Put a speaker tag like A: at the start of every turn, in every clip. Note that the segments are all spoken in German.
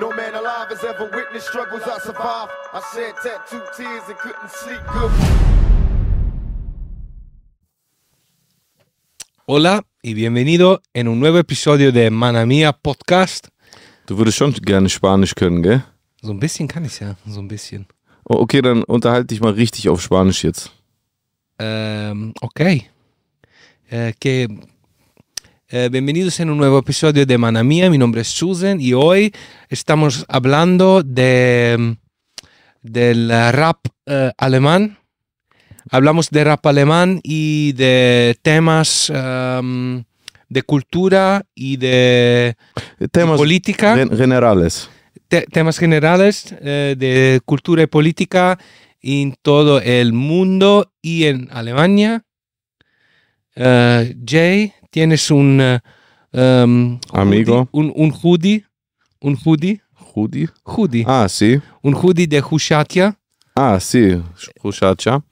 A: No man alive has ever witnessed struggles I survived. I shed tattooed tears and couldn't sleep good.
B: Hola y bienvenido en un nuevo episodio de Manamia Podcast.
C: Du würdest schon gerne Spanisch können, gell?
B: So ein bisschen kann ich ja, so ein bisschen.
C: Oh, okay, dann unterhalte dich mal richtig auf Spanisch jetzt.
B: Ähm, ok. Eh, que, eh, bienvenidos en un nuevo episodio de Manamia. Mi nombre es Susan y hoy estamos hablando de, del rap eh, alemán. Hablamos de rap alemán y de temas ehm, de cultura y de
C: Temas
B: política.
C: gen- generales.
B: te- temas generales eh, de cultura y política en todo el mundo y en Alemania. Eh, Jay, tienes un eh, um,
C: Amigo.
B: hoodie- un, un hoodie, un hoodie,
C: Rudi?
B: hoodie,
C: Ah, sí.
B: un hoodie de Hushatia.
C: Ah, sí. Ruschacha.
B: Genau.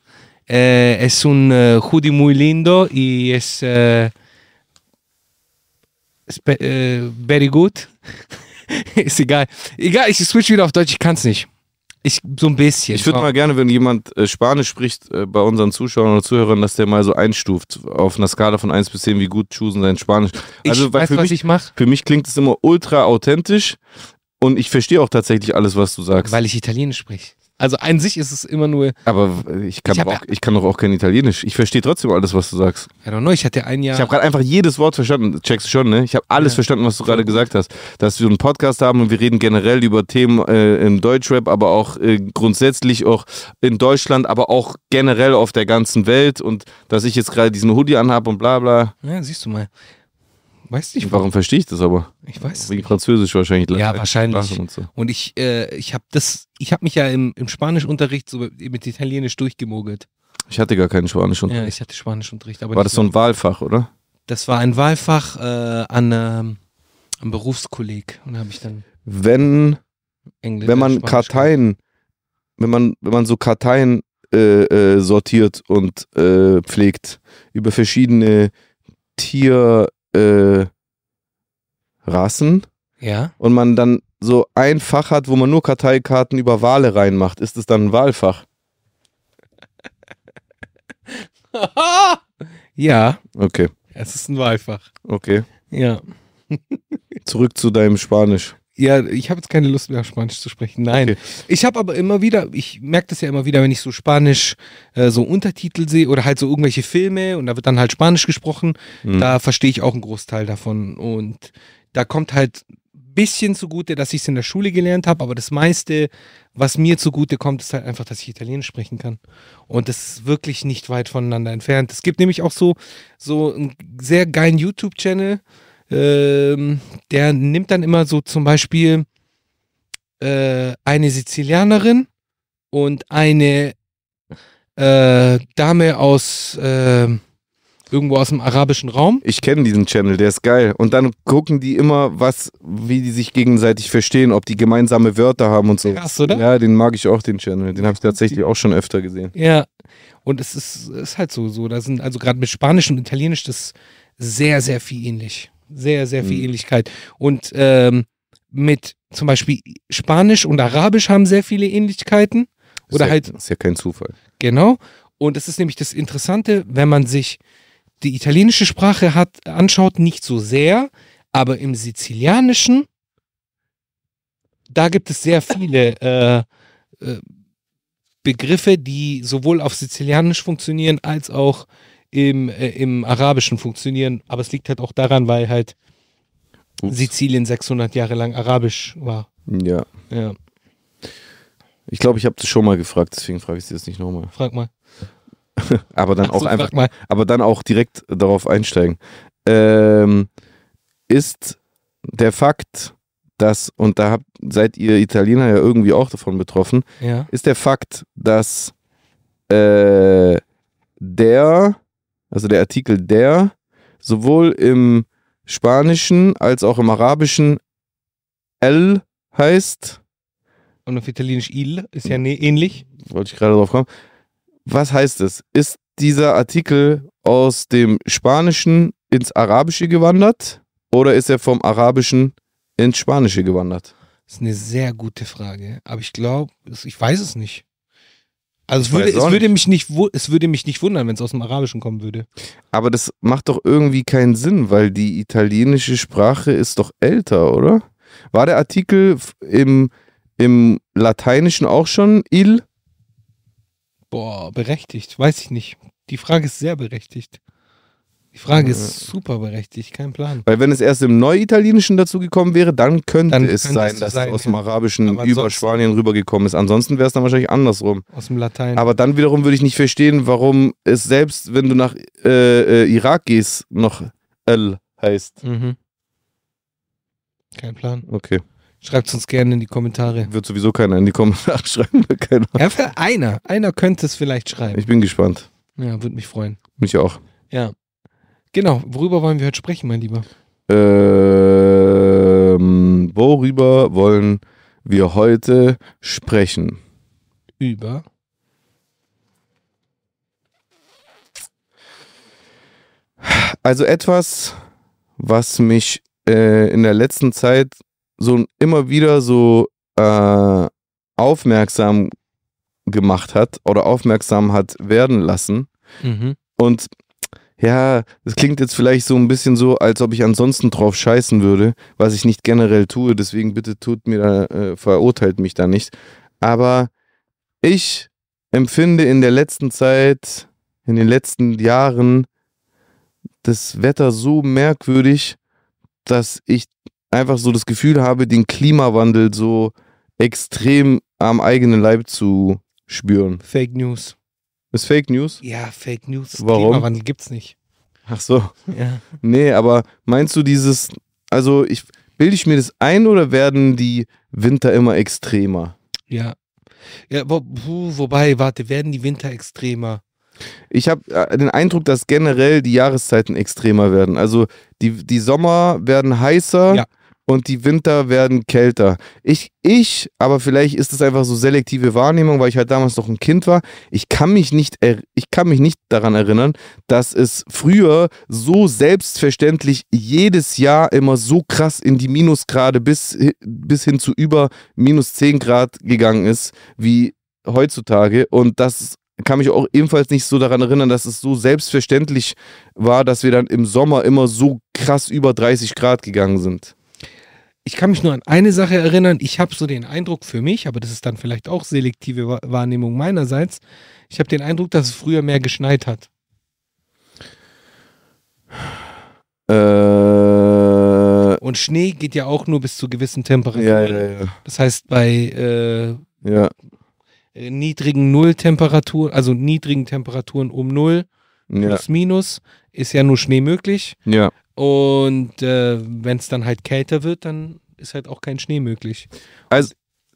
B: Eh, es un eh, hoodie muy lindo y es eh, spe- eh, very good. ist egal. Egal, ich switch wieder auf Deutsch, ich kann's nicht. Ich so ein bisschen.
C: Ich würde
B: Oh.
C: mal gerne, wenn jemand äh, Spanisch spricht, äh, bei unseren Zuschauern oder Zuhörern, dass der mal so einstuft auf einer Skala von 1 bis 10, wie gut Schusen sein Spanisch. Also,
B: ich
C: weil
B: weiß,
C: für,
B: was
C: mich,
B: ich mache,
C: für mich klingt es immer ultra authentisch und ich verstehe auch tatsächlich alles, was du sagst.
B: weil ich Italienisch spreche. Also an sich ist es immer nur, I
C: Aber äh, ich kann,
B: Ich hab
C: doch auch, ich kann doch auch kein Italienisch. Ich verstehe trotzdem alles, was du sagst.
B: don't know, ich hatte ein Jahr.
C: Ich habe gerade einfach jedes Wort verstanden. Checkst du schon, ne? Ich habe
B: Ja.
C: alles verstanden, was du gerade gesagt hast. Dass wir einen Podcast haben und wir reden generell über Themen äh, im Deutschrap, aber auch äh, grundsätzlich auch in Deutschland, aber auch generell auf der ganzen Welt. Und dass ich jetzt gerade diesen Hoodie anhabe und bla bla.
B: ja, siehst du mal. Weiß nicht, warum.
C: Warum verstehe ich das aber?
B: Ich weiß. es
C: Wegen Französisch wahrscheinlich.
B: Ja,
C: Latein-
B: wahrscheinlich.
C: Sprachen Und so.
B: Und ich, äh, ich habe das, ich habe mich ja im, im Spanischunterricht so mit Italienisch durchgemogelt.
C: Ich hatte gar keinen Spanisch. Und
B: Ja, ich hatte Spanischunterricht, aber
C: war
B: nicht
C: das so ein Wahlfach, oder?
B: Das war ein Wahlfach äh, an ähm, einem Berufskolleg und da habe ich dann
C: Wenn
B: Englisch. äh,
C: wenn man
B: Spanisch
C: Karteien, wenn man, wenn man so Karteien äh, äh, sortiert und äh, pflegt über verschiedene Tierrassen äh, Rassen
B: gemacht. Ja.
C: und man dann so ein Fach hat, wo man nur Karteikarten über Wale reinmacht, ist es dann ein Wahlfach?
B: ja,
C: Okay,
B: es ist ein Wahlfach.
C: okay.
B: Ja.
C: Zurück zu deinem Spanisch.
B: Ja, ich habe jetzt keine Lust mehr, Spanisch zu sprechen. Nein.
C: Okay.
B: Ich habe aber immer wieder, ich merke das ja immer wieder, wenn ich so Spanisch, äh, so Untertitel sehe oder halt so irgendwelche Filme und da wird dann halt Spanisch gesprochen,
C: Hm.
B: da verstehe ich auch einen Großteil davon. Und da kommt halt ein bisschen zugute, dass ich es in der Schule gelernt habe, aber das meiste, was mir zugute kommt, ist halt einfach, dass ich Italienisch sprechen kann. Und das ist wirklich nicht weit voneinander entfernt. Es gibt nämlich auch so, so einen sehr geilen YouTube-Channel, ähm, der nimmt dann immer so zum Beispiel äh, eine Sizilianerin und eine äh, Dame aus ähm, irgendwo aus dem arabischen Raum.
C: Ich kenne diesen Channel, der ist geil. Und dann gucken die immer, was, wie die sich gegenseitig verstehen, ob die gemeinsame Wörter haben und so.
B: Krass, oder?
C: Ja, den mag ich auch, den Channel. Den habe ich tatsächlich auch schon öfter gesehen.
B: Ja, und es ist, ist halt so, so. Da sind also gerade mit Spanisch und Italienisch das sehr, sehr viel ähnlich. Sehr, sehr viel
C: Mhm.
B: Ähnlichkeit. Und ähm, mit zum Beispiel Spanisch und Arabisch haben sehr viele Ähnlichkeiten. Oder
C: ist ja,
B: halt-
C: Ist ja kein Zufall.
B: Genau. Und es ist nämlich das Interessante, wenn man sich die italienische Sprache hat, anschaut, nicht so sehr, aber im Sizilianischen, da gibt es sehr viele äh, äh, Begriffe, die sowohl auf Sizilianisch funktionieren als auch im, äh, im Arabischen funktionieren. Aber es liegt halt auch daran, weil halt
C: Ups.
B: Sizilien 600 Jahre lang arabisch war.
C: Ja.
B: Ja,
C: Ich glaube, ich habe das schon mal gefragt, deswegen frage ich sie jetzt nicht nochmal.
B: frag mal.
C: Aber dann
B: Ach
C: auch
B: so,
C: einfach,
B: frag mal.
C: aber dann auch direkt darauf einsteigen. Ähm, ist der Fakt, dass, und da habt, seid ihr Italiener ja irgendwie auch davon betroffen,
B: Ja.
C: ist der Fakt, dass äh, der, also der Artikel der, sowohl im Spanischen als auch im Arabischen L heißt,
B: Und auf Italienisch il ist ja ne- ähnlich.
C: wollte ich gerade drauf kommen, was heißt es? Ist dieser Artikel aus dem Spanischen ins Arabische gewandert oder ist er vom Arabischen ins Spanische gewandert?
B: ist eine sehr gute Frage. Aber ich glaube, ich weiß es nicht. Also es
C: Ich weiß
B: würde,
C: auch
B: es, würde mich nicht, wu- es würde mich nicht wundern, wenn es aus dem Arabischen kommen würde.
C: Aber das macht doch irgendwie keinen Sinn, weil die italienische Sprache ist doch älter, oder? War der Artikel f- im, im Lateinischen auch schon il?
B: Boah, berechtigt, weiß ich nicht. Die Frage ist sehr berechtigt. Die Frage
C: Äh.
B: ist super berechtigt, kein Plan.
C: Weil wenn es erst im Neuitalienischen dazu gekommen wäre, dann könnte
B: Dann
C: es
B: könnte
C: sein,
B: es so
C: dass
B: sein,
C: es aus
B: ja.
C: dem Arabischen
B: Aber
C: über
B: ansonsten-
C: Spanien rübergekommen ist. Ansonsten wäre es dann wahrscheinlich andersrum.
B: Aus dem Latein.
C: Aber dann wiederum würde ich nicht verstehen, warum es selbst, wenn du nach äh, äh, Irak gehst, noch el heißt.
B: mhm. Kein Plan.
C: Okay.
B: Schreibt uns gerne in die Kommentare.
C: Wird sowieso keiner in die Kommentare schreiben. Keiner.
B: Ja, vielleicht einer. Einer könnte es vielleicht schreiben.
C: Ich bin gespannt.
B: Ja, würde mich freuen.
C: Mich auch.
B: Ja. Genau, worüber wollen wir heute sprechen, mein Lieber?
C: Ähm, worüber wollen wir heute sprechen?
B: Über.
C: Also etwas, was mich äh, in der letzten Zeit so immer wieder so äh, aufmerksam gemacht hat oder aufmerksam hat werden lassen.
B: Mhm.
C: Und ja, das klingt jetzt vielleicht so ein bisschen so, als ob ich ansonsten drauf scheißen würde, was ich nicht generell tue. Deswegen bitte tut mir da, äh, verurteilt mich da nicht. Aber ich empfinde in der letzten Zeit, in den letzten Jahren das Wetter so merkwürdig, dass ich einfach so das Gefühl habe, den Klimawandel so extrem am eigenen Leib zu spüren.
B: Fake News.
C: Ist Fake News?
B: Ja, Fake News.
C: Warum?
B: Klimawandel gibt's nicht.
C: Ach so.
B: Ja.
C: Nee, aber meinst du dieses, also ich bilde ich mir das ein oder werden die Winter immer extremer?
B: Ja. Ja, wo, puh, wobei, warte, werden die Winter extremer?
C: Ich habe äh, den Eindruck, dass generell die Jahreszeiten extremer werden. Also die, die Sommer werden heißer
B: Ja.
C: und die Winter werden kälter. Ich, ich, aber vielleicht ist es einfach so selektive Wahrnehmung, weil ich halt damals noch ein Kind war. Ich kann mich nicht, er, ich kann mich nicht daran erinnern, dass es früher so selbstverständlich jedes Jahr immer so krass in die Minusgrade bis, hi- bis hin zu über minus 10 Grad gegangen ist, wie heutzutage. Und das kann mich auch ebenfalls nicht so daran erinnern, dass es so selbstverständlich war, dass wir dann im Sommer immer so krass über 30 Grad gegangen sind.
B: Ich kann mich nur an eine Sache erinnern. Ich habe so den Eindruck für mich, aber das ist dann vielleicht auch selektive Wa- Wahrnehmung meinerseits. Ich habe den Eindruck, dass es früher mehr geschneit hat.
C: Äh, ja,
B: Und Schnee geht ja auch nur bis zu gewissen Temperaturen.
C: ja, ja,
B: Das heißt, bei äh,
C: ja.
B: äh, niedrigen Nulltemperaturen, also niedrigen Temperaturen um Null,
C: Ja,
B: plus minus, ist ja nur Schnee möglich.
C: ja.
B: Und äh, wenn es dann halt kälter wird, dann ist halt auch kein Schnee möglich.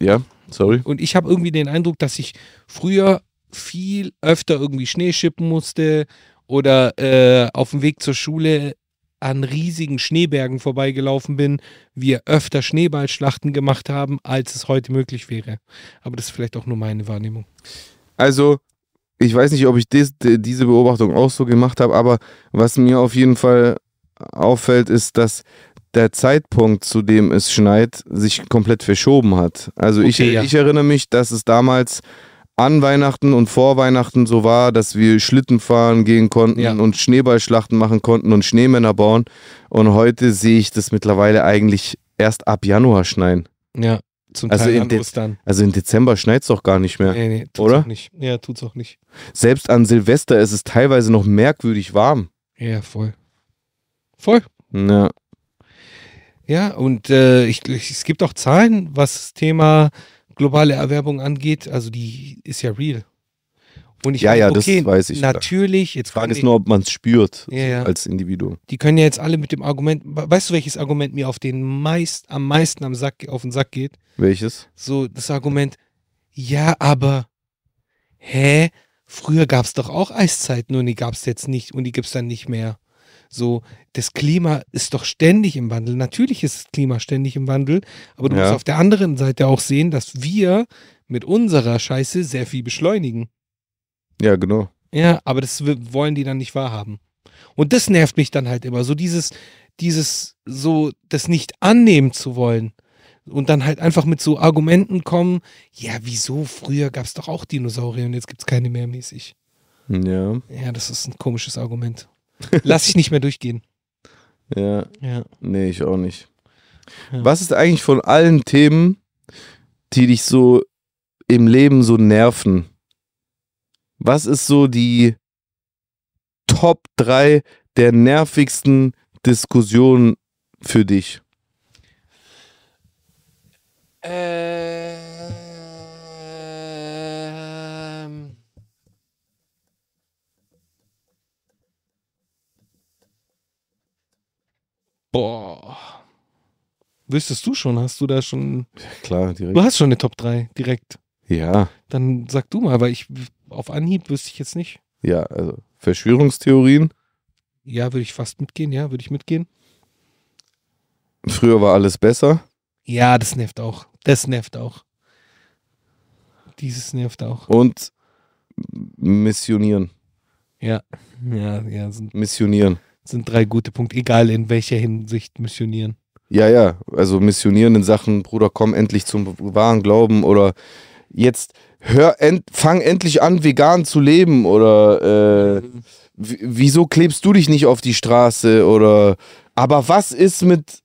C: Ja, sorry.
B: Und ich habe irgendwie den Eindruck, dass ich früher viel öfter irgendwie Schnee schippen musste oder äh, auf dem Weg zur Schule an riesigen Schneebergen vorbeigelaufen bin, wir öfter Schneeballschlachten gemacht haben, als es heute möglich wäre. Aber das ist vielleicht auch nur meine Wahrnehmung.
C: Also, ich weiß nicht, ob ich dies, d- diese Beobachtung auch so gemacht habe, aber was mir auf jeden Fall auffällt, ist, dass der Zeitpunkt, zu dem es schneit, sich komplett verschoben hat. Also ich,
B: Okay, ja.
C: ich erinnere mich, dass es damals an Weihnachten und vor Weihnachten so war, dass wir Schlitten fahren gehen konnten
B: Ja.
C: und Schneeballschlachten machen konnten und Schneemänner bauen. Und heute sehe ich das mittlerweile eigentlich erst ab Januar schneien.
B: Ja, zum
C: Also
B: Teil
C: in
B: an
C: den-
B: Ostern.
C: Also im Dezember schneit es doch gar nicht mehr.
B: Nee, nee, tut's
C: Oder?
B: auch nicht. Ja, tut's auch nicht.
C: Selbst an Silvester ist es teilweise noch merkwürdig warm.
B: Ja, voll. Voll.
C: Ja.
B: Ja, und äh, ich, ich, es gibt auch Zahlen, was das Thema globale Erwerbung angeht. Also die ist ja real. Und ich
C: Ja,
B: meine,
C: ja, das weiß ich, klar.
B: Natürlich, jetzt
C: Frage
B: können
C: ist nur, also ob man es spürt
B: die, ja, ja,
C: als Individuum.
B: die können ja jetzt alle mit dem Argument, we- weißt du, welches Argument mir auf den meist, am meisten am Sack, auf den Sack geht?
C: Welches?
B: So das Argument, ja, aber, hä, früher gab es doch auch Eiszeiten und die gab es jetzt nicht und die gibt es dann nicht mehr. So, das Klima ist doch ständig im Wandel. Natürlich ist das Klima ständig im Wandel, aber du
C: Ja.
B: musst auf der anderen Seite auch sehen, dass wir mit unserer Scheiße sehr viel beschleunigen.
C: Ja, genau.
B: Ja, aber das w- wollen die dann nicht wahrhaben. Und das nervt mich dann halt immer. So dieses, dieses, so das nicht annehmen zu wollen. und dann halt einfach mit so Argumenten kommen, ja, wieso, früher gab es doch auch Dinosaurier und jetzt gibt es keine mehr mäßig.
C: Ja,
B: Ja, das ist ein komisches Argument. Lass ich nicht mehr durchgehen.
C: ja.
B: Ja.
C: Nee, ich auch nicht.
B: Ja.
C: Was ist eigentlich von allen Themen, die dich so im Leben so nerven? Was ist so die Top 3 der nervigsten Diskussionen für dich?
D: Ähm.
B: Boah. Wüsstest du schon, hast du da schon.
C: Klar,
B: Du
C: direkt.
B: hast schon eine Top 3 direkt.
C: Ja,
B: Dann sag du mal, weil ich auf Anhieb wüsste ich jetzt nicht.
C: ja, also Verschwörungstheorien.
B: Ja, würde ich fast mitgehen, ja, würde ich mitgehen.
C: Früher war alles besser.
B: Ja, das nervt auch. Das nervt auch. Dieses nervt auch.
C: Und missionieren.
B: Ja. Ja, ja, sind,
C: Missionieren.
B: sind drei gute Punkte, egal in welcher Hinsicht missionieren.
C: Ja, ja, also missionieren in Sachen, Bruder, komm endlich zum wahren Glauben oder jetzt hör end, fang endlich an, vegan zu leben oder äh, w- wieso klebst du dich nicht auf die Straße oder aber was ist mit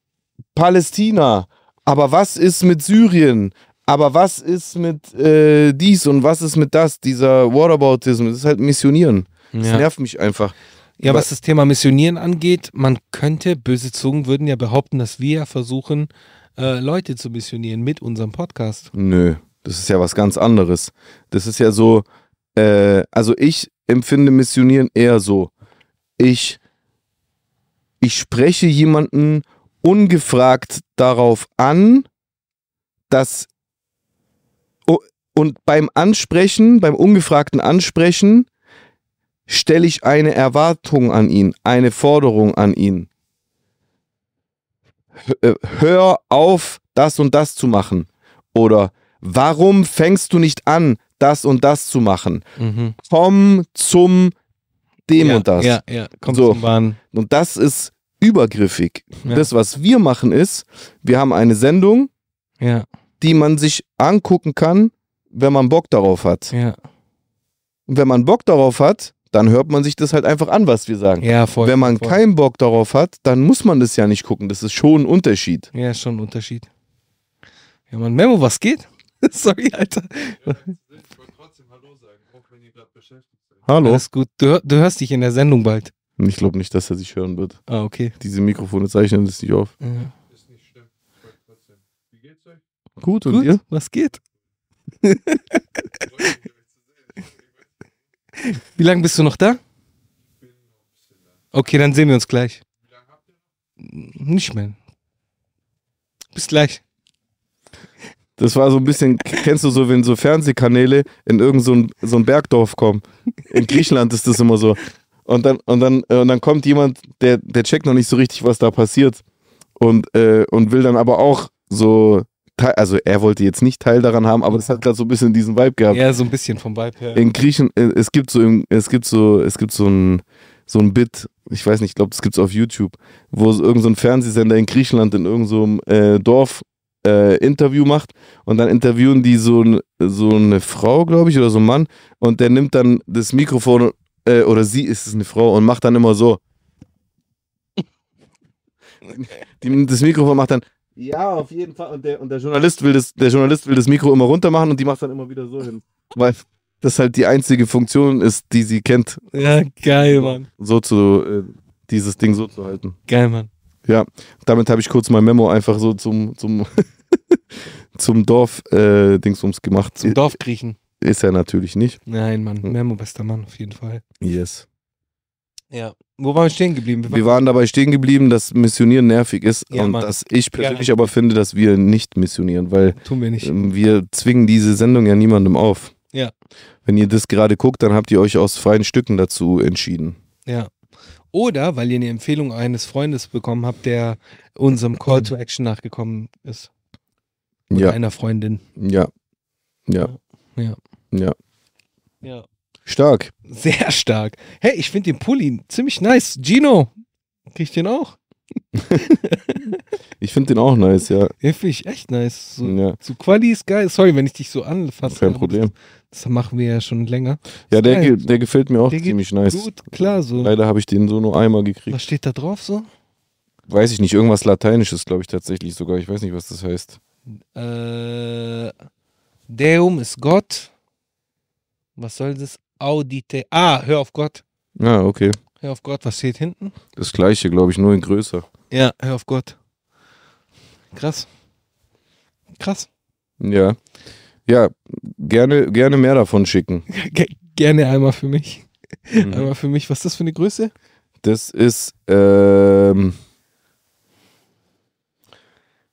C: Palästina? Aber was ist mit Syrien? Aber was ist mit äh, dies und was ist mit das? Dieser Whataboutism, das ist halt missionieren. Das nervt mich einfach.
B: Ja, was das Thema Missionieren angeht, man könnte, böse Zungen würden ja behaupten, dass wir ja versuchen, äh, Leute zu missionieren mit unserem Podcast.
C: Nö, das ist ja was ganz anderes. Das ist ja so, äh, also ich empfinde Missionieren eher so. Ich, ich spreche jemanden ungefragt darauf an, dass o- und beim Ansprechen, beim ungefragten Ansprechen, stelle ich eine Erwartung an ihn, eine Forderung an ihn. H- äh, Hör auf, das und das zu machen. Oder warum fängst du nicht an, das und das zu machen?
B: Mhm.
C: Komm zum dem
B: ja,
C: und das.
B: Ja, ja, kommt
C: So.
B: zum Wahn.
C: Und das ist übergriffig.
B: Ja.
C: Das, was wir machen, ist, wir haben eine Sendung,
B: Ja,
C: die man sich angucken kann, wenn man Bock darauf hat.
B: ja.
C: Und wenn man Bock darauf hat, dann hört man sich das halt einfach an, was wir sagen.
B: Ja, voll.
C: wenn man
B: voll.
C: keinen Bock darauf hat, dann muss man das ja nicht gucken. Das ist schon ein Unterschied.
B: Ja, ist schon ein Unterschied. Ja, man, Memo, was geht? Sorry, Alter.
C: Hallo.
B: Alles gut. Du, hör- du hörst dich in der Sendung bald.
C: Ich glaube nicht, dass er sich hören wird.
B: Ah, okay.
C: Diese Mikrofone zeichnen das nicht auf.
B: Ja.
C: Gut, und
B: Gut,
C: ihr?
B: was geht? Wie lange bist du noch da? Okay, dann sehen wir uns gleich. Nicht mehr. Bis gleich.
C: Das war so ein bisschen, kennst du so, wenn so Fernsehkanäle in irgend so ein, so ein Bergdorf kommen. In Griechenland ist das immer so. Und dann, und dann, äh, und dann kommt jemand, der, der checkt noch nicht so richtig, was da passiert. Und, äh, und will dann aber auch so, teil- also er wollte jetzt nicht Teil daran haben, aber das hat gerade so ein bisschen diesen Vibe gehabt.
B: Ja, so ein bisschen vom Vibe her.
C: In Griechen, äh, es gibt so, im- es gibt so, es gibt so ein, so ein Bit, ich weiß nicht, ich glaube, das gibt's auf YouTube, wo so irgendein so ein Fernsehsender in Griechenland in irgendeinem so einem, äh, Dorf äh, Interview macht und dann interviewen die so, n- so eine Frau, glaube ich, oder so einen Mann und der nimmt dann das Mikrofon äh, oder sie ist es eine Frau und macht dann immer so. Die nimmt das Mikrofon macht dann ja, auf jeden Fall. Und der, und der Journalist will das, der Journalist will das Mikro immer runter machen und die macht dann immer wieder so hin. Weil das halt die einzige Funktion ist, die sie kennt,
B: Ja, geil, Mann.
C: so zu, äh, dieses Ding so zu halten.
B: Geil, Mann.
C: Damit habe ich kurz mein Memo einfach so zum, zum, zum Dorf-Dingsums gemacht.
B: Zum Dorfgriechen.
C: Ist er natürlich nicht.
B: Nein, Mann. Memo, bester Mann, auf jeden Fall.
C: Yes.
B: Ja. Wo waren wir stehen geblieben?
C: Wir waren dabei stehen geblieben, dass Missionieren nervig ist
B: Ja,
C: und
B: Mann.
C: dass ich persönlich
B: Ja.
C: aber finde, dass wir nicht missionieren, weil
B: Tun wir nicht.
C: Ähm, Wir zwingen diese Sendung ja niemandem auf.
B: Ja.
C: Wenn ihr das gerade guckt, dann habt ihr euch aus freien Stücken dazu entschieden.
B: Ja. Oder weil ihr eine Empfehlung eines Freundes bekommen habt, der unserem Call to Action nachgekommen ist. Oder
C: Ja,
B: einer Freundin.
C: ja, ja.
B: Ja.
C: Ja.
B: Ja.
C: Stark.
B: Sehr stark. Hey, ich finde den Pulli ziemlich nice. Gino, krieg ich den auch?
C: Ich finde den auch nice, ja.
B: Den finde ich echt nice. So,
C: ja.
B: so Quali ist geil. Sorry, wenn ich dich so anfasse.
C: Kein
B: aber
C: Problem.
B: Das, das machen wir ja schon länger.
C: Ja, der,
B: Geil.
C: ge- der gefällt mir auch
B: Der geht
C: ziemlich nice.
B: Gut, klar, so.
C: Leider habe ich den so nur einmal gekriegt.
B: Was steht da drauf so?
C: Weiß ich nicht, irgendwas Lateinisches, glaube ich, tatsächlich sogar. Ich weiß nicht, was das heißt.
B: Äh, Deum ist Gott. Was soll das? Audite. Ah, hör auf Gott.
C: Ah, okay.
B: Hör auf Gott. Was steht hinten?
C: Das gleiche, glaube ich, nur in größer.
B: Ja, hör auf Gott. Krass. Krass.
C: Ja. Ja, gerne, gerne mehr davon schicken.
B: Ge- gerne einmal für mich.
C: Mhm.
B: Einmal für mich. Was ist das für eine Größe?
C: Das ist, ähm,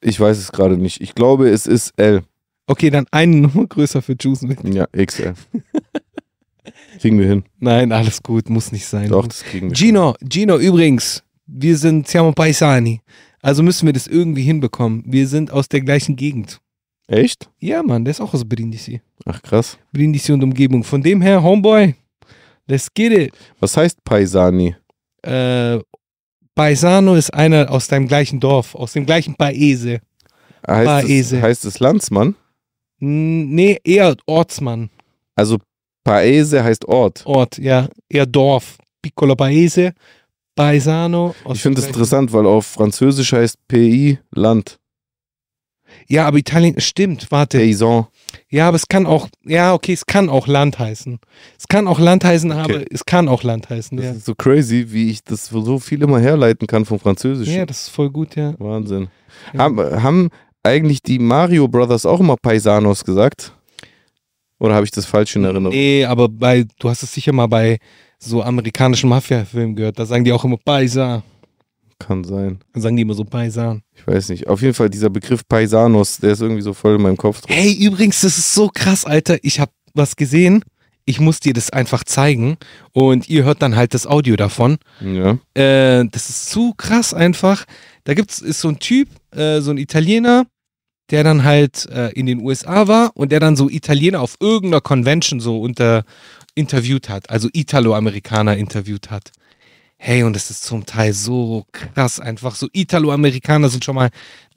C: ich weiß es gerade nicht. Ich glaube, es ist L.
B: Okay, dann eine Nummer größer für Juicen. bitte.
C: Ja, XL. kriegen wir hin.
B: Nein, alles gut. Muss nicht sein.
C: Doch, das kriegen wir.
B: Gino, Gino, übrigens, wir sind Siamo Paisani. Also müssen wir das irgendwie hinbekommen. Wir sind aus der gleichen Gegend.
C: hin. Echt?
B: Ja, Mann, der ist auch aus Brindisi.
C: Ach, krass.
B: Brindisi und Umgebung. Von dem her, Homeboy, let's get it.
C: Was heißt Paisani?
B: Äh, Paisano ist einer aus deinem gleichen Dorf, aus dem gleichen Paese.
C: Heißt es,
B: Paese.
C: heißt es Landsmann?
B: N- Nee, eher Ortsmann.
C: Also Paese heißt Ort.
B: Ort, ja. Eher Dorf. Piccolo Paese, Paisano. aus
C: Ich finde es
B: dem gleichen-
C: interessant, weil auf Französisch heißt PI Land.
B: Ja, aber Italien, stimmt, warte.
C: Paysan.
B: Ja, aber es kann auch, ja, okay, es kann auch Land heißen. Es kann auch Land heißen, aber
C: Okay.
B: es kann auch Land heißen.
C: Das
B: Ja.
C: ist so crazy, wie ich das so viel immer herleiten kann vom Französischen.
B: ja, das ist voll gut, ja.
C: Wahnsinn.
B: Ja.
C: Haben, haben eigentlich die Mario Brothers auch immer Paisanos gesagt? Oder habe ich das falsch in Erinnerung?
B: Nee, aber bei, du hast es sicher mal bei so amerikanischen Mafia-Filmen gehört. Da sagen die auch immer Paisan.
C: Kann sein.
B: Dann sagen die immer so Paisan.
C: Ich weiß nicht. Auf jeden Fall, dieser Begriff Paisanos, der ist irgendwie so voll in meinem Kopf drin.
B: Hey, übrigens, das ist so krass, Alter. Ich hab was gesehen. Ich muss dir das einfach zeigen. Und ihr hört dann halt das Audio davon.
C: Ja.
B: Äh, das ist zu krass einfach. Da gibt's ist so ein Typ, äh, so ein Italiener, der dann halt äh, in den USA war und der dann so Italiener auf irgendeiner Convention so unter interviewt hat, also Italoamerikaner interviewt hat. Hey, und das ist zum Teil so krass einfach. So Italoamerikaner sind schon mal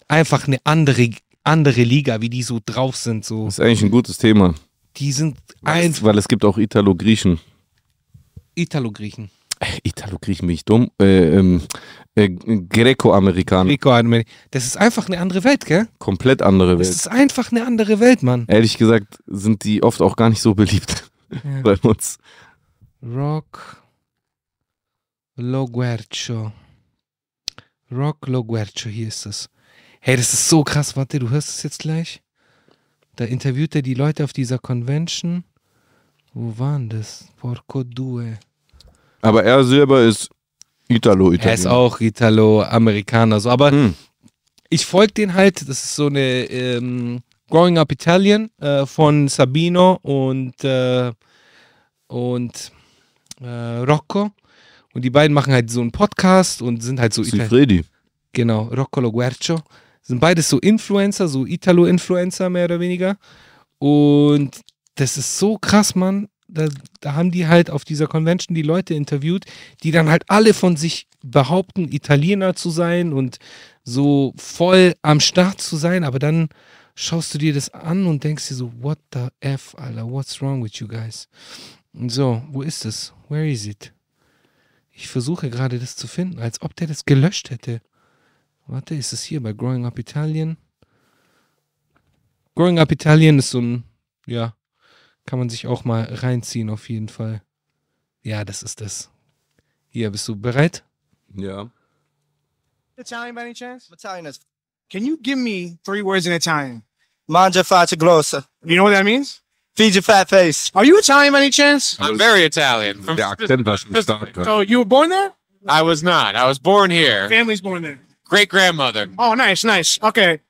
B: einfach eine andere andere Liga, wie die so drauf sind. So,
C: Das ist eigentlich ein gutes Thema.
B: die sind einfach
C: Weil es gibt auch Italo-Griechen.
B: Italo-Griechen.
C: Äh, Italo-Griechen bin ich dumm. Äh, ähm, äh, Greco-Amerikaner.
B: Greco-Armeni. Das ist einfach eine andere Welt, gell?
C: Komplett andere
B: Das
C: Welt.
B: ist einfach eine andere Welt, Mann.
C: Ehrlich gesagt sind die oft auch gar nicht so beliebt
B: Ja.
C: bei uns.
B: Rock Lo Guercio. Rock Lo Guercio, hier ist es. Hey, das ist so krass, warte, du hörst es jetzt gleich. Da interviewt er die Leute auf dieser Convention. Wo waren das? Porco Due.
C: Aber er selber ist Italo-Italiener.
B: Er ist auch Italo-Amerikaner, so, aber
C: Hm.
B: ich folge den halt, das ist so eine ähm, Growing Up Italian äh, von Sabino und, äh, und äh, Rocco. Und die beiden machen halt so einen Podcast und sind halt so Itali-
C: Sifredi.
B: Genau, Rocco Lo Guercio. Sind beides so Influencer, so Italo-Influencer mehr oder weniger. Und das ist so krass, Mann. Da, da haben die halt auf dieser Convention die Leute interviewt, die dann halt alle von sich behaupten, Italiener zu sein und so voll am Start zu sein. Aber dann schaust du dir das an und denkst dir so, what the F, Alter, what's wrong with you guys? So, wo ist es? Where is it? Ich versuche gerade das zu finden, als ob der das gelöscht hätte. Warte, ist es hier bei Growing Up Italian? Growing Up Italian ist so ein, ja, kann man sich auch mal reinziehen auf jeden Fall. Ja, das ist das. Hier, bist du bereit?
C: Ja.
D: Italian by any chance? Italian is. Can you give me three words in Italian?
E: Mangia faccia glossa.
D: You know what that means?
E: Feed your fat face.
D: Are you Italian by any chance?
F: I'm very Italian. From-
C: Der Akzent war schon stark.
D: So you were born there?
F: I was not. I was born here.
D: Family's born there.
F: Great grandmother.
D: Oh, nice, nice. Okay.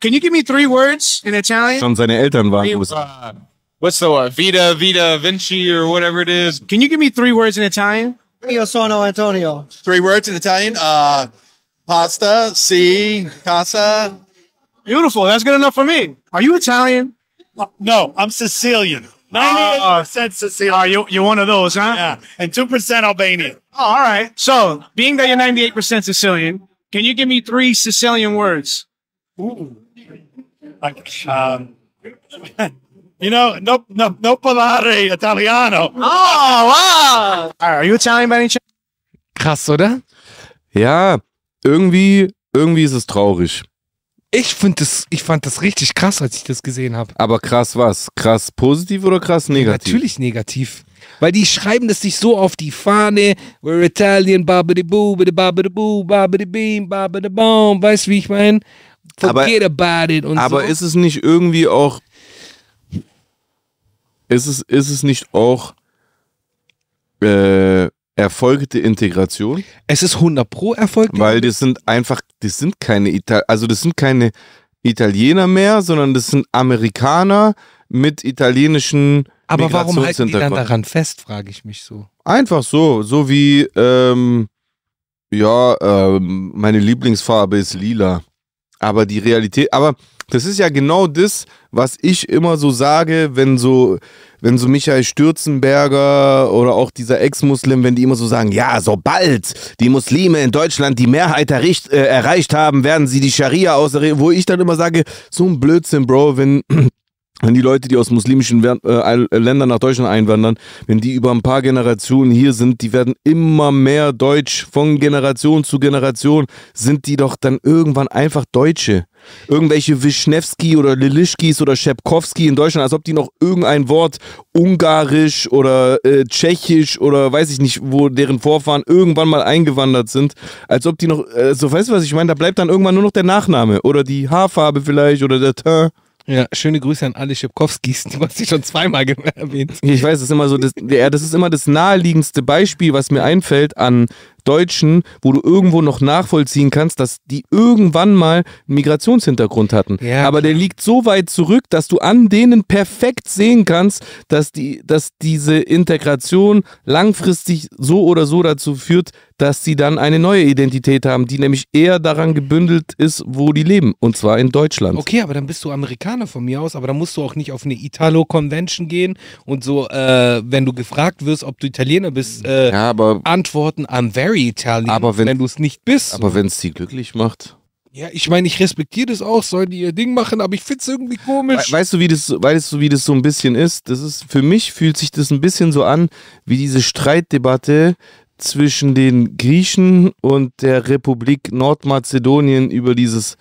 D: Can you give me three words in Italian?
C: Schon seine Eltern waren USA.
F: Uh, what's the one? Vita, Vita, Vinci, or whatever it is.
D: Can you give me three words in Italian?
E: Io sono Antonio.
G: three words in Italian. Uh, pasta, si, casa.
D: Beautiful. That's good enough for me. Are you Italian?
H: No, I'm Sicilian. 98% Sicilian.
D: Are Ah, you you're one of those, huh?
H: Yeah, and 2% Albanian.
D: Oh, all right. So being that you're 98% Sicilian, Can you give me three Sicilian words?
H: Like, um, you know, no, no, no parlare Italiano.
D: Oh, All right, are you Italian by any chance?
B: Krass, oder?
C: Ja, irgendwie, irgendwie ist es traurig.
B: Ich, find das, ich fand das richtig krass, als ich das gesehen habe.
C: Aber krass was? Krass positiv oder krass negativ?
B: Natürlich negativ. Weil die schreiben das sich so auf die Fahne. We're Italian, babidi boo, bidi babidi boo, babidi beam, babidi boom. Weißt du, wie ich meine?
C: Aber-
B: Forget about it und
C: Aber
B: so.
C: ist es nicht irgendwie auch. Ist es, ist es nicht auch äh, erfolgte Integration?
B: es ist 100 pro Erfolg.
C: Weil das sind einfach, das sind keine Ital also das sind keine Italiener mehr, sondern das sind Amerikaner mit italienischen
B: aber warum halten die dann
C: Migrationshintergrund.
B: daran fest, frage ich mich so.
C: Einfach so, so wie ähm, ja, ähm, meine Lieblingsfarbe ist lila. Aber die Realität, aber das ist ja genau das, was ich immer so sage, wenn so, wenn so Michael Stürzenberger oder auch dieser Ex-Muslim, wenn die immer so sagen, ja, sobald die Muslime in Deutschland die Mehrheit erricht, äh, erreicht haben, werden sie die Scharia außer, wo ich dann immer sage, so ein Blödsinn, Bro, wenn wenn die Leute, die aus muslimischen Wer- äh, äh, Ländern nach Deutschland einwandern, wenn die über ein paar Generationen hier sind, die werden immer mehr deutsch. Von Generation zu Generation sind die doch dann irgendwann einfach Deutsche. Irgendwelche Wischnewski oder Lilischkis oder Schepkowski in Deutschland, als ob die noch irgendein Wort ungarisch oder äh, tschechisch oder weiß ich nicht, wo deren Vorfahren irgendwann mal eingewandert sind, als ob die noch, äh, so weißt du was ich meine, da bleibt dann irgendwann nur noch der Nachname oder die Haarfarbe vielleicht oder der Teint.
B: Ja, schöne Grüße an alle Schipkowskis, die man sich schon zweimal ge- erwähnt.
C: Ich weiß, das ist immer so, das, ja, das ist immer das naheliegendste Beispiel, was mir einfällt an Deutschen, wo du irgendwo noch nachvollziehen kannst, dass die irgendwann mal einen Migrationshintergrund hatten.
B: Ja.
C: Aber der liegt so weit zurück, dass du an denen perfekt sehen kannst, dass, die, dass diese Integration langfristig so oder so dazu führt, dass sie dann eine neue Identität haben, die nämlich eher daran gebündelt ist, wo die leben. Und zwar in Deutschland.
B: Okay, aber dann bist du Amerikaner von mir aus, aber dann musst du auch nicht auf eine Italo-Convention gehen und so, äh, wenn du gefragt wirst, ob du Italiener bist, äh,
C: Ja, aber,
B: antworten, I'm very Italian,
C: Aber wenn-
B: du es nicht bist.
C: aber wenn es sie glücklich macht.
B: ja, ich meine, ich respektiere das auch, sollen die ihr Ding machen, aber ich finde es irgendwie komisch.
C: We- Weißt du, wie das, weißt du, wie das so ein bisschen ist? Das ist für mich fühlt sich das ein bisschen so an wie diese Streitdebatte zwischen den Griechen und der Republik Nordmazedonien über dieses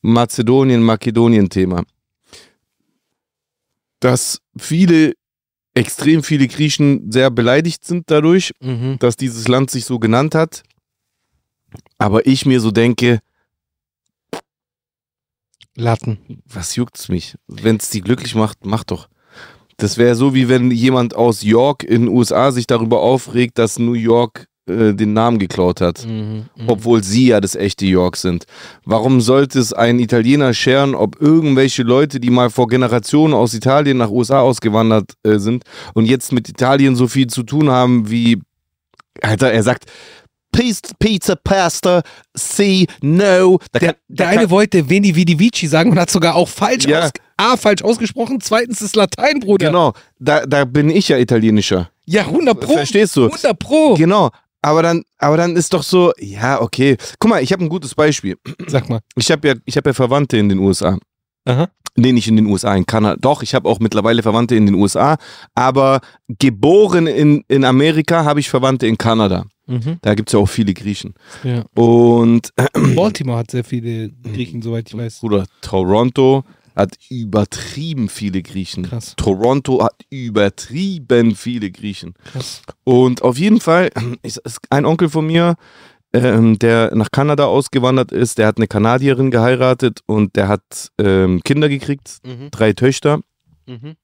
C: Mazedonien-Makedonien-Thema. Dass viele, extrem viele Griechen sehr beleidigt sind dadurch
B: mhm.
C: dass dieses Land sich so genannt hat. Aber ich mir so denke,
B: Latten.
C: was juckt's mich? Wenn's die glücklich macht, mach doch. Das wäre so, wie wenn jemand aus York in den USA sich darüber aufregt, dass New York äh, den Namen geklaut hat.
B: Mhm.
C: Obwohl sie ja das echte York sind. Warum sollte es ein Italiener scheren, ob irgendwelche Leute, die mal vor Generationen aus Italien nach USA ausgewandert äh, sind und jetzt mit Italien so viel zu tun haben wie. Alter, er sagt. "Pis- Pizza, Pasta, see, no. Da
B: Der,
C: kann- da
B: der
C: kann-
B: eine wollte Veni Vidi Vici sagen und hat sogar auch falsch,
C: Ja.
B: aus, A, falsch ausgesprochen, zweitens ist Latein, Bruder.
C: Genau, da, da bin ich ja italienischer.
B: Ja, 100 pro.
C: Verstehst du?
B: 100 pro.
C: Genau. Aber dann, aber dann ist doch so, ja, okay. Guck mal, ich habe ein gutes Beispiel.
B: Sag mal.
C: Ich habe ja, ich hab ja Verwandte in den USA.
B: Aha.
C: Nee, nicht in den USA, in Kanada. Doch, ich habe auch mittlerweile Verwandte in den USA. Aber geboren in, in Amerika habe ich Verwandte in Kanada.
B: Mhm.
C: Da gibt es ja auch viele Griechen.
B: Ja.
C: Und äh,
B: Baltimore hat sehr viele Griechen, soweit ich weiß.
C: Bruder, Toronto hat übertrieben viele Griechen.
B: Krass.
C: Toronto hat übertrieben viele Griechen.
B: Krass.
C: Und auf jeden Fall, ich, es- ein Onkel von mir, ähm, der nach Kanada ausgewandert ist, der hat eine Kanadierin geheiratet und der hat ähm, Kinder gekriegt,
B: Mhm.
C: drei Töchter.
B: Mhm.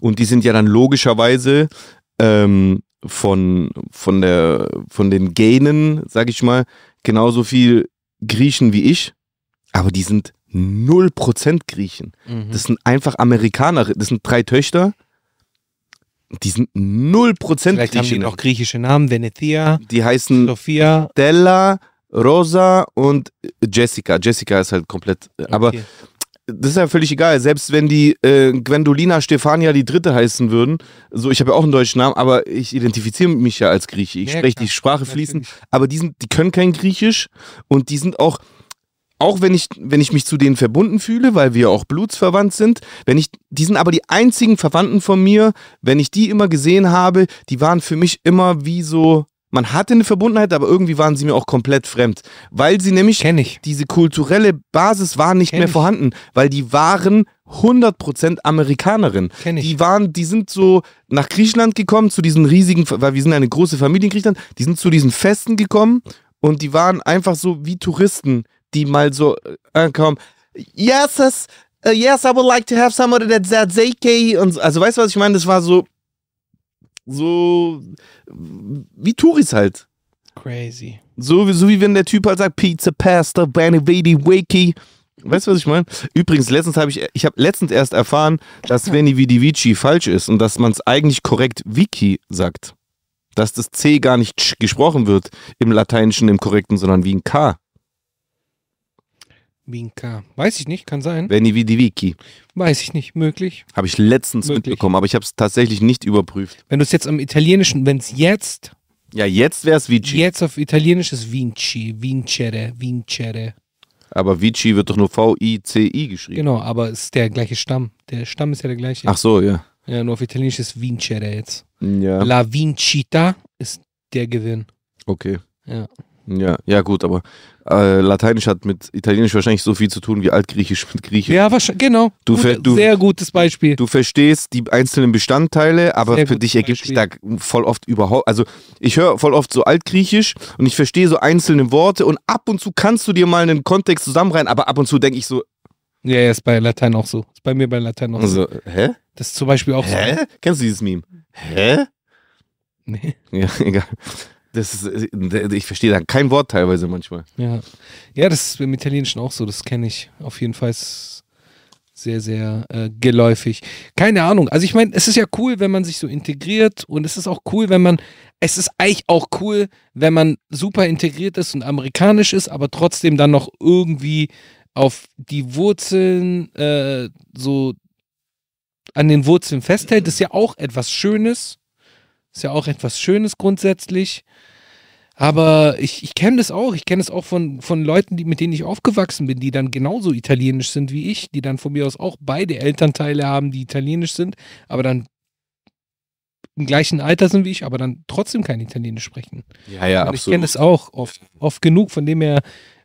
C: Und die sind ja dann logischerweise ähm, von, von, der, von den Gänen, sag ich mal, genauso viel Griechen wie ich, aber die sind 0% Griechen.
B: Mhm.
C: Das sind einfach Amerikaner, das sind drei Töchter, die sind 0%
B: Vielleicht haben die
C: Griechen.
B: noch griechische Namen, Venezia,
C: die
B: Mhm.
C: heißen
B: Sophia.
C: Stella, Rosa und Jessica. Jessica ist halt komplett. Aber
B: Okay.
C: das ist ja völlig egal. Selbst wenn die äh, Gwendolina Stefania die Dritte heißen würden, so ich habe ja auch einen deutschen Namen, aber ich identifiziere mich ja als Grieche. Ich
B: Ja,
C: spreche
B: klar.
C: die Sprache fließend,
B: Natürlich.
C: aber die, sind, die können kein Griechisch und die sind auch, auch wenn ich, wenn ich mich zu denen verbunden fühle, weil wir auch blutsverwandt sind, wenn ich, die sind aber die einzigen Verwandten von mir, wenn ich die immer gesehen habe, die waren für mich immer wie so. Man hatte eine Verbundenheit, aber irgendwie waren sie mir auch komplett fremd. Weil sie nämlich
B: Kenne ich.
C: diese kulturelle Basis war nicht
B: Kenn
C: mehr
B: ich.
C: vorhanden, weil die waren 100% Amerikanerin.
B: Kenn ich.
C: Die waren, die sind so nach Griechenland gekommen, zu diesen riesigen, weil wir sind eine große Familie in Griechenland, die sind zu diesen Festen gekommen und die waren einfach so wie Touristen, die mal so äh, ankommen. Yes, yes, uh, yes, I would like to have somebody that's that ZK und so. also weißt du, was ich meine? Das war so so wie Touris halt.
B: Crazy.
C: So, wie- so wie wenn der Typ halt sagt, Pizza, Pasta, Benny, Vidi, Wakey. Weißt du, was ich meine? Übrigens, letztens habe ich, ich habe letztens erst erfahren, dass Veni Vidi Vici falsch ist und dass man es eigentlich korrekt Wiki sagt. Dass das C gar nicht tsch gesprochen wird im Lateinischen, im Korrekten, sondern wie ein K.
B: Wie ein K. Weiß ich nicht, kann sein.
C: Veni Vidi Vici.
B: Weiß ich nicht, möglich.
C: Habe ich letztens
B: Möglich.
C: mitbekommen, aber ich habe es tatsächlich nicht überprüft.
B: Wenn du es jetzt am Italienischen, wenn es jetzt,
C: Ja, jetzt wäre es Vici.
B: jetzt auf Italienisch ist Vinci, Vincere, Vincere.
C: Aber Vici wird doch nur V-I-C-I geschrieben.
B: Genau, aber es ist der gleiche Stamm. Der Stamm ist ja der gleiche.
C: Ach so, ja.
B: Ja, nur auf Italienisch ist Vincere jetzt.
C: Ja,
B: La Vincita ist der Gewinn.
C: okay.
B: Ja.
C: Ja, ja gut, aber äh, Lateinisch hat mit Italienisch wahrscheinlich so viel zu tun wie Altgriechisch mit Griechisch.
B: Ja, wahrscheinlich, genau.
C: Du fäll- du-
B: sehr gutes Beispiel.
C: Du verstehst die einzelnen Bestandteile, aber
B: Sehr
C: für
B: gutes
C: dich ergibt sich da voll oft überhaupt, also ich höre voll oft so Altgriechisch und ich verstehe so einzelne Worte und ab und zu kannst du dir mal einen Kontext zusammenreihen, aber ab und zu denke ich so,
B: ja, ja, ist bei Latein auch so. Ist bei mir bei Latein auch so.
C: also, hä?
B: Das ist zum Beispiel auch so.
C: Hä? Kennst du dieses Meme? Hä?
B: Nee.
C: Ja, egal. Das ist, ich verstehe da kein Wort teilweise manchmal.
B: Ja. ja, das ist im Italienischen auch so, das kenne ich. Auf jeden Fall ist sehr, sehr äh, geläufig. Keine Ahnung. Also ich meine, es ist ja cool, wenn man sich so integriert und es ist auch cool, wenn man, es ist eigentlich auch cool, wenn man super integriert ist und amerikanisch ist, aber trotzdem dann noch irgendwie auf die Wurzeln äh, so an den Wurzeln festhält, ist ja auch etwas Schönes. Ist ja auch etwas Schönes grundsätzlich. Aber ich, ich kenne das auch. Ich kenne das auch von, von Leuten, die, mit denen ich aufgewachsen bin, die dann genauso italienisch sind wie ich, die dann von mir aus auch beide Elternteile haben, die italienisch sind, aber dann im gleichen Alter sind wie ich, aber dann trotzdem kein Italienisch sprechen.
C: Ja, ja,
B: Und ich kenne das auch oft, oft genug, von dem her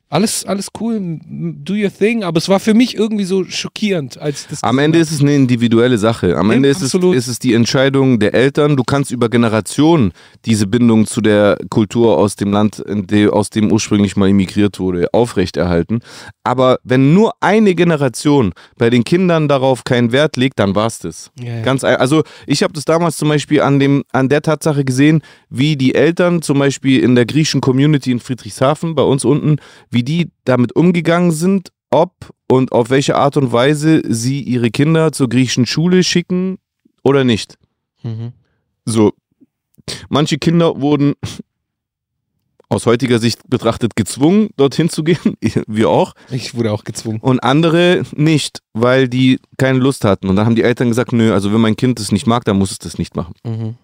B: alles, alles cool, m- do your thing, aber es war für mich irgendwie so schockierend, als ich das
C: Am
B: gesehen
C: Ende
B: hab.
C: ist es eine individuelle Sache. Am
B: Ja,
C: Ende ist es,
B: absolut.
C: ist es die Entscheidung der Eltern. Du kannst über Generationen diese Bindung zu der Kultur aus dem Land, in de- aus dem ursprünglich mal emigriert wurde, aufrechterhalten. Aber wenn nur eine Generation bei den Kindern darauf keinen Wert legt, dann war's das.
B: Ja, ja.
C: Ganz ein, also ich habe das damals zum Beispiel an, dem, an der Tatsache gesehen, wie die Eltern zum Beispiel in der griechischen Community in Friedrichshafen bei uns unten, wie die damit umgegangen sind, ob und auf welche Art und Weise sie ihre Kinder zur griechischen Schule schicken oder nicht.
B: Mhm.
C: So, manche Kinder wurden aus heutiger Sicht betrachtet gezwungen, dorthin zu gehen, wir auch.
B: Ich wurde auch gezwungen.
C: Und andere nicht, weil die keine Lust hatten. Und dann haben die Eltern gesagt, nö, also wenn mein Kind das nicht mag, dann muss es das nicht machen.
B: Mhm.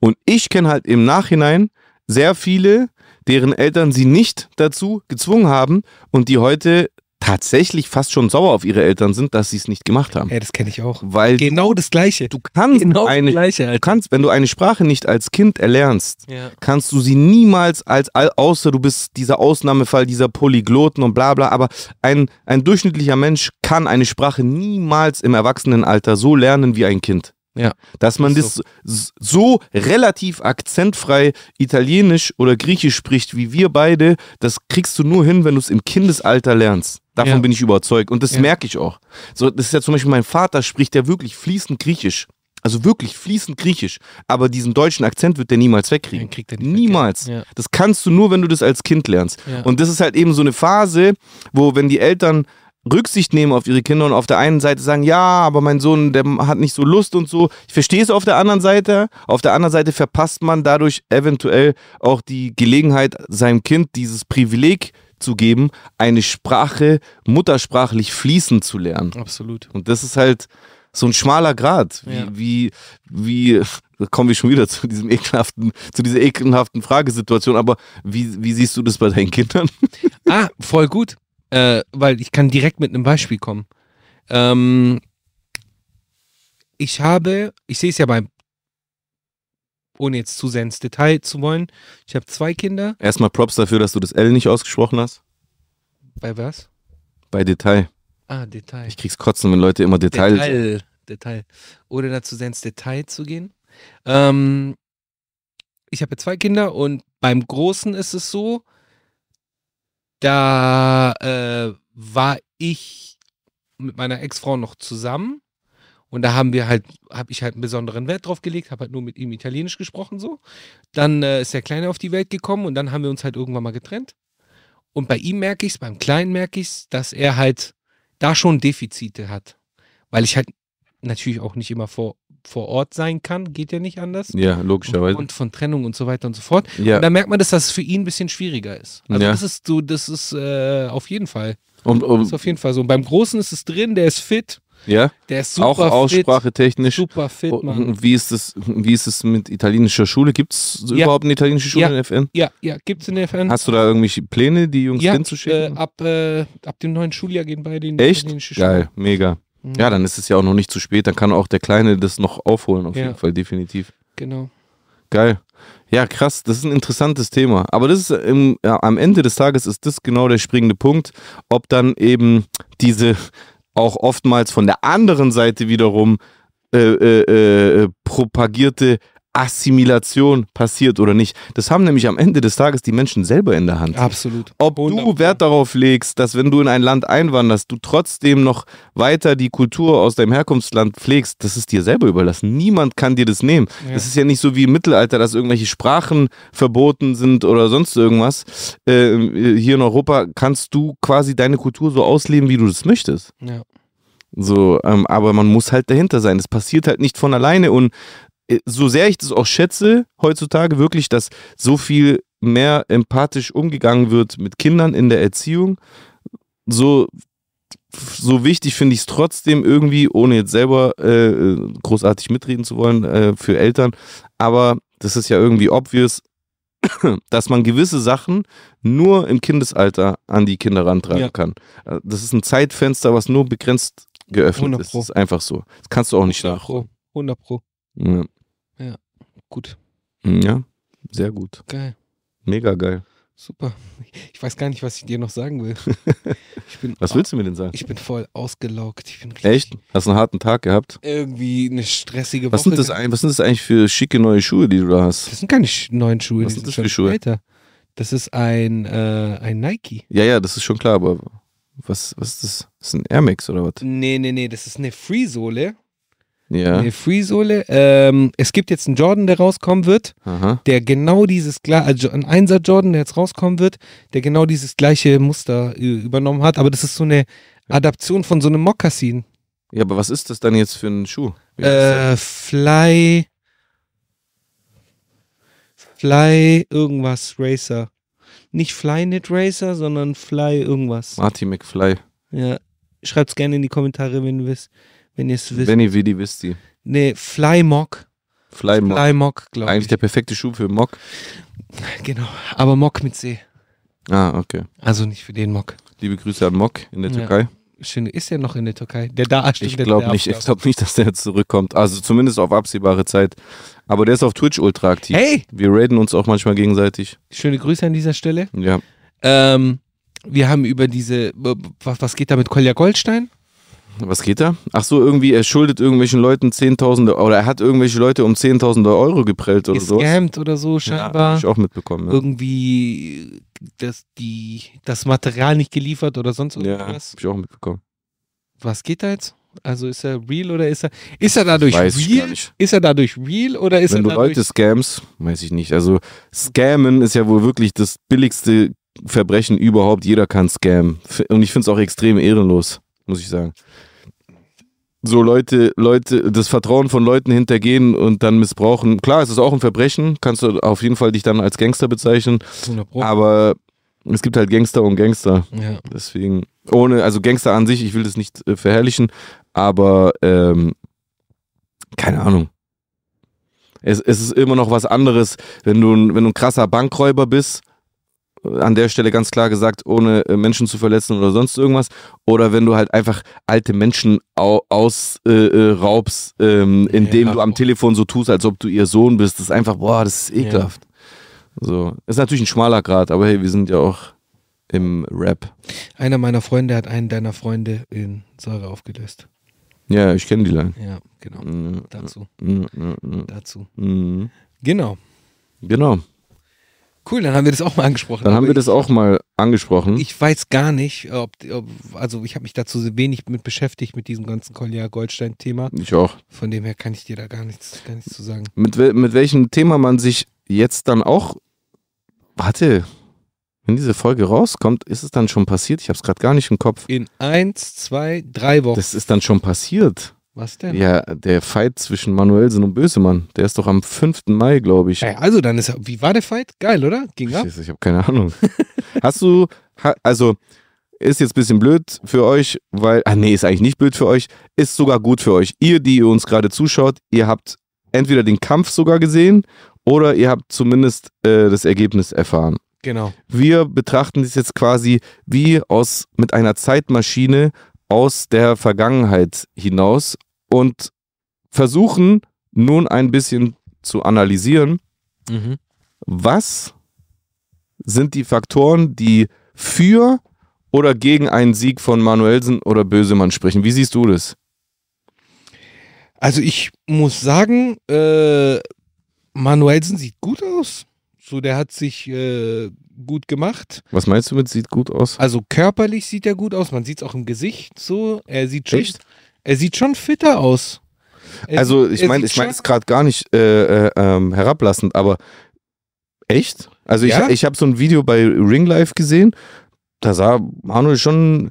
C: Und ich kenne halt im Nachhinein sehr viele, deren Eltern sie nicht dazu gezwungen haben und die heute tatsächlich fast schon sauer auf ihre Eltern sind, dass sie es nicht gemacht haben.
B: Ja, das kenne ich auch.
C: Weil
B: Genau das Gleiche.
C: du kannst
B: Äh, genau das
C: eine,
B: Gleiche,
C: du
B: Alter.
C: Äh, kannst, wenn du eine Sprache nicht als Kind erlernst,
B: Ja.
C: kannst du sie niemals als, all- außer du bist dieser Ausnahmefall dieser Polygloten und bla bla, aber ein, ein durchschnittlicher Mensch kann eine Sprache niemals im Erwachsenenalter so lernen wie ein Kind.
B: Ja.
C: Dass man das
B: Ist
C: s- so relativ akzentfrei Italienisch oder Griechisch spricht wie wir beide, das kriegst du nur hin, wenn du es im Kindesalter lernst. Davon
B: Ja.
C: bin ich überzeugt und das
B: Ja.
C: merke ich auch. So, das ist ja zum Beispiel mein Vater spricht ja wirklich fließend Griechisch. Also wirklich fließend Griechisch. Aber diesen deutschen Akzent wird der niemals wegkriegen.
B: Den kriegt er nicht weg,
C: Niemals.
B: ja. Ja.
C: Das kannst du nur, wenn du das als Kind lernst.
B: Ja.
C: Und das ist halt eben so eine Phase, wo wenn die Eltern Rücksicht nehmen auf ihre Kinder und auf der einen Seite sagen, ja, aber mein Sohn, der hat nicht so Lust und so. Ich verstehe es auf der anderen Seite. Auf der anderen Seite verpasst man dadurch eventuell auch die Gelegenheit, seinem Kind dieses Privileg zu geben, eine Sprache muttersprachlich fließend zu lernen.
B: Absolut.
C: Und das ist halt so ein schmaler Grad. Wie,
B: Ja.
C: wie, wie, da kommen wir schon wieder zu diesem ekelhaften, zu dieser ekelhaften Fragesituation, aber wie, wie siehst du das bei deinen Kindern?
B: Ah, voll gut, äh, weil ich kann direkt mit einem Beispiel kommen. Ähm, ich habe, ich sehe es ja beim, ohne jetzt zu sehr ins Detail zu wollen, ich habe zwei Kinder.
C: Erstmal Props dafür, dass du das L nicht ausgesprochen hast.
B: Bei was?
C: Bei Detail.
B: Ah, Detail.
C: Ich krieg's kotzen, wenn Leute immer Detail.
B: Detail. Detail. Ohne dazu sehr ins Detail zu gehen. Ähm, ich habe ja zwei Kinder und beim Großen ist es so, da äh, war ich mit meiner Ex-Frau noch zusammen und da haben wir halt, habe ich halt einen besonderen Wert drauf gelegt, habe halt nur mit ihm Italienisch gesprochen so. Dann äh, ist der Kleine auf die Welt gekommen und dann haben wir uns halt irgendwann mal getrennt. Und bei ihm merke ich es, beim Kleinen merke ich es, dass er halt da schon Defizite hat. Weil ich halt natürlich auch nicht immer vor, vor Ort sein kann, geht ja nicht anders.
C: Ja, logischerweise.
B: Und von Trennung und so weiter und so fort.
C: ja.
B: Und da merkt man, dass das für ihn ein bisschen schwieriger ist. Also
C: Ja.
B: das ist so, das ist äh, auf jeden Fall.
C: Und,
B: Das ist
C: und,
B: auf jeden Fall so. Und beim Großen ist es drin, der ist fit,
C: ja,
B: der ist super
C: auch
B: fit.
C: aussprachetechnisch.
B: Super fit, Mann.
C: Und Wie ist es, wie ist es mit italienischer Schule? Gibt es
B: Ja.
C: überhaupt eine italienische Schule
B: Ja.
C: in FN?
B: Ja, ja, gibt's in der FN.
C: Hast du da irgendwelche Pläne, die Jungs
B: ja, äh,
C: hinzuschicken?
B: ab, äh, ab dem neuen Schuljahr gehen beide in die
C: Echt?
B: italienische Schule.
C: Geil, mega.
B: Mhm.
C: Ja, dann ist es ja auch noch nicht zu spät. Dann kann auch der Kleine das noch aufholen, auf
B: Ja.
C: jeden Fall, definitiv.
B: Genau.
C: Geil. Ja, krass, das ist ein interessantes Thema. Aber das ist im, ja, am Ende des Tages ist das genau der springende Punkt, ob dann eben diese auch oftmals von der anderen Seite wiederum äh, äh, äh, propagierte Assimilation passiert oder nicht. Das haben nämlich am Ende des Tages die Menschen selber in der Hand.
B: Absolut.
C: Ob du Wert darauf legst, dass wenn du in ein Land einwanderst, du trotzdem noch weiter die Kultur aus deinem Herkunftsland pflegst, das ist dir selber überlassen. Niemand kann dir das nehmen.
B: Ja.
C: Das ist ja nicht so wie im Mittelalter, dass irgendwelche Sprachen verboten sind oder sonst irgendwas. Ähm, hier in Europa kannst du quasi deine Kultur so ausleben, wie du das möchtest.
B: Ja.
C: So, ähm, aber man muss halt dahinter sein. Das passiert halt nicht von alleine und äh, so sehr ich das auch schätze, heutzutage wirklich, dass so viel mehr empathisch umgegangen wird mit Kindern in der Erziehung, so, so wichtig finde ich es trotzdem irgendwie, ohne jetzt selber äh, großartig mitreden zu wollen, äh, für Eltern. Aber das ist ja irgendwie obvious, dass man gewisse Sachen nur im Kindesalter an die Kinder rantragen
B: Ja.
C: kann. Äh, Das ist ein Zeitfenster, was nur begrenzt geöffnet
B: 100
C: ist.
B: Pro.
C: Das ist einfach so. Das kannst du auch nicht nach.
B: Pro. 100 Pro.
C: Ja.
B: Gut.
C: Hm, ja, sehr gut.
B: Geil.
C: Mega geil.
B: Super. Ich weiß gar nicht, was ich dir noch sagen will. Ich bin,
C: Was willst du mir denn sagen?
B: Ich bin voll ausgelaugt. Ich bin richtig
C: Echt? Hast einen harten Tag gehabt?
B: irgendwie eine stressige
C: Was
B: Woche.
C: sind, das,
B: gehabt.
C: ein- was sind das eigentlich für schicke neue Schuhe, die du da hast?
B: Das sind keine sch- neuen Schuhe.
C: Was
B: die
C: sind das
B: schon
C: für Schuhe?
B: Älter. Das ist ein, äh, ein Nike.
C: Ja, ja, das ist schon klar, aber was, was ist das? Das ist ein Air Max oder was?
B: Nee, nee, nee. Das ist eine Free-Sohle.
C: Ja.
B: Eine Free-Sohle. Ähm, es gibt jetzt einen Jordan, der rauskommen wird,
C: Aha.
B: der genau dieses, gla- also ein Einser Jordan, der jetzt rauskommen wird, der genau dieses gleiche Muster äh, übernommen hat. Aber das ist so eine Adaption von so einem Mokassin.
C: Ja, aber was ist das dann jetzt für ein Schuh? Wie heißt der?
B: Äh, Fly. Fly irgendwas Racer. Nicht Flyknit Racer, sondern Fly irgendwas.
C: Marty McFly.
B: Ja. Schreibt's gerne in die Kommentare, wenn ihr wisst. Wenn ihr es wisst.
C: Benny Vidi Visti.
B: nee, Fly Mock.
C: Fly Mock.
B: Fly Mock, glaube
C: Eigentlich
B: ich.
C: der perfekte Schuh für Mock.
B: Genau. Aber Mock mit C.
C: Ah, okay.
B: Also nicht für den Mock.
C: Liebe Grüße an Mock in der
B: Ja.
C: Türkei.
B: Schön, ist er noch in der Türkei? Der da stimmt,
C: Ich
B: der-
C: glaube
B: der
C: nicht, ich
B: Abstab.
C: glaube nicht, dass der jetzt zurückkommt. Also zumindest auf absehbare Zeit. Aber der ist auf Twitch ultra aktiv.
B: Hey!
C: Wir raiden uns auch manchmal gegenseitig.
B: Schöne Grüße an dieser Stelle.
C: Ja.
B: Ähm, wir haben über diese. Was, was geht da mit Kolja Goldstein?
C: Was geht da? Ach so, irgendwie, er schuldet irgendwelchen Leuten Zehntausende oder er hat irgendwelche Leute um Zehntausende Euro geprellt oder so.
B: Gescampt oder so, scheinbar.
C: Hab ich auch mitbekommen.
B: irgendwie das, die, das Material nicht geliefert oder sonst
C: Ja, ja hab
B: irgendwas.
C: ich auch mitbekommen.
B: Was geht da jetzt? Also ist er real oder ist er. Ist er dadurch
C: Weiß ich gar
B: real?
C: nicht.
B: Ist er dadurch real oder ist
C: Wenn
B: er
C: du
B: dadurch.
C: Leute scams, weiß ich nicht. Also, scammen ist ja wohl wirklich das billigste Verbrechen überhaupt. Jeder kann scammen. F- Und ich finde es auch extrem ehrenlos, muss ich sagen. So Leute, Leute, das Vertrauen von Leuten hintergehen und dann
B: Oh.
C: missbrauchen. Klar, es ist auch ein Verbrechen. Kannst du auf jeden Fall dich dann als Gangster bezeichnen.
B: 100 Pro.
C: Aber Es gibt halt Gangster und Gangster.
B: Ja.
C: Deswegen, ohne, also Gangster an sich, ich will das nicht äh, verherrlichen, aber ähm, keine Ahnung. Es, es ist immer noch was anderes, wenn du, ein- wenn du ein krasser Bankräuber bist, äh, an der Stelle ganz klar gesagt, ohne äh, Menschen zu verletzen oder sonst irgendwas, oder wenn du halt einfach alte Menschen au, ausraubst, äh, äh, raubst, ähm, indem
B: Ja.
C: du am Telefon so tust, als ob du ihr Sohn bist. Das ist einfach, boah, das ist
B: Ja.
C: ekelhaft. So. Ist natürlich ein schmaler Grad, aber hey, wir sind ja auch im Rap.
B: Einer meiner Freunde hat einen deiner Freunde in Säure aufgelöst.
C: Ja, ich kenne die Line.
B: Ja, genau.
C: Mhm,
B: Dazu,
C: mhm, mhm,
B: dazu.
C: mhm.
B: Genau.
C: Genau,
B: Cool, dann haben wir das auch mal angesprochen.
C: dann haben
B: Aber
C: wir das Hm? auch mal angesprochen.
B: Ich weiß gar nicht, ob, ob also ich habe mich dazu so wenig mit beschäftigt mit diesem ganzen Kolja Goldstein Thema.
C: Ich auch.
B: Von dem her kann ich dir da gar nichts, gar nichts zu sagen.
C: Mit, wel mit welchem Thema man sich jetzt dann auch. Warte, wenn diese Folge rauskommt, ist es dann schon passiert? Ich habe es gerade gar nicht im Kopf.
B: In eins, zwei, drei Wochen.
C: Das ist dann schon passiert.
B: Was denn?
C: Ja, der Fight zwischen Manuelsen und Bösemann, der ist doch am 5. Mai, glaube ich.
B: Ey, also dann ist wie war der Fight? Geil, oder? Ging ab.
C: Ich, ich habe keine Ahnung. Hast du, ha, also ist jetzt ein bisschen blöd für euch, weil, ah nee, ist eigentlich nicht blöd für euch, ist sogar gut für euch. Ihr, die ihr uns gerade zuschaut, ihr habt entweder den Kampf sogar gesehen oder ihr habt zumindest äh, das Ergebnis erfahren.
B: Genau.
C: Wir betrachten das jetzt quasi wie aus mit einer Zeitmaschine aus der Vergangenheit hinaus und versuchen nun ein bisschen zu analysieren, was sind die Faktoren, die für oder gegen einen Sieg von Manuelsen oder Bösemann sprechen? Wie siehst du das?
B: Also ich muss sagen, äh, Manuelsen sieht gut aus. So, der hat sich äh, gut gemacht.
C: Was meinst du mit sieht gut aus?
B: Also körperlich sieht er gut aus. Man sieht es auch im Gesicht so. Er sieht schon,
C: Echt?
B: er sieht schon fitter aus. Er
C: Also
B: sieht-
C: ich
B: er
C: meine,
B: sieht
C: ich meine
B: schon-
C: es gerade gar nicht äh, äh, ähm, herablassend, aber echt? Also ich,
B: Ja?
C: ich habe so ein Video bei Ring Life gesehen, da sah Manuel schon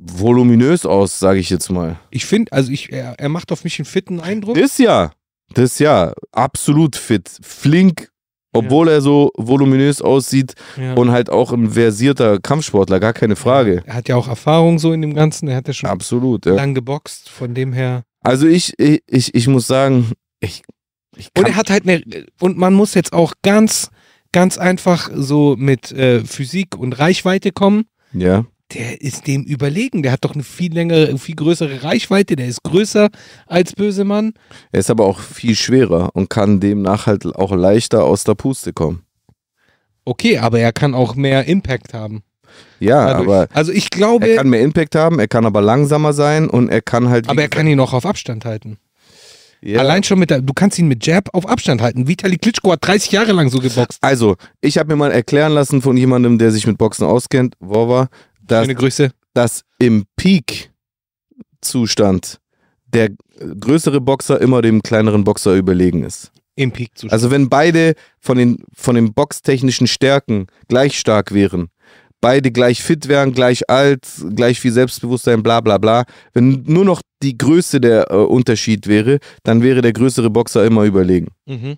C: voluminös aus, sage ich jetzt mal.
B: ich finde, also ich, er, er macht auf mich einen fitten Eindruck.
C: Das ja, das ja, absolut fit, flink, obwohl er so voluminös aussieht,
B: Ja.
C: und halt auch ein versierter Kampfsportler, gar keine Frage.
B: Er hat ja auch Erfahrung so in dem Ganzen. Er hat ja schon
C: Absolut. Ja.
B: lang geboxt. Von dem her.
C: Also ich, ich, ich- ich muss sagen, ich, ich
B: Und
C: kann,
B: er hat halt eine, und man muss jetzt auch ganz, ganz einfach so mit äh, Physik und Reichweite kommen.
C: ja,
B: Der ist dem überlegen. Der hat doch eine viel längere, viel größere Reichweite. Der ist größer als Bösemann.
C: er ist aber auch viel schwerer und kann demnach halt auch leichter aus der Puste kommen.
B: Okay, aber er kann auch mehr Impact haben.
C: Ja,
B: Dadurch.
C: aber
B: also ich glaube,
C: er kann mehr Impact haben, er kann aber langsamer sein und er kann halt. wie
B: aber er
C: gesagt-
B: kann ihn auch auf Abstand halten.
C: ja.
B: Allein schon mit der, du kannst ihn mit Jab auf Abstand halten. Vitali Klitschko hat 30 Jahre lang so geboxt.
C: Also, ich habe mir mal erklären lassen von jemandem, der sich mit Boxen auskennt, Wowa, dass
B: Schöne Grüße.
C: dass im Peak-Zustand der größere Boxer immer dem kleineren Boxer überlegen ist.
B: Im Peak zu
C: Also wenn beide von den, von den boxtechnischen Stärken gleich stark wären, beide gleich fit wären, gleich alt, gleich viel Selbstbewusstsein, bla bla bla, wenn nur noch die Größe der äh, Unterschied wäre, dann wäre der größere Boxer immer überlegen.
B: mhm.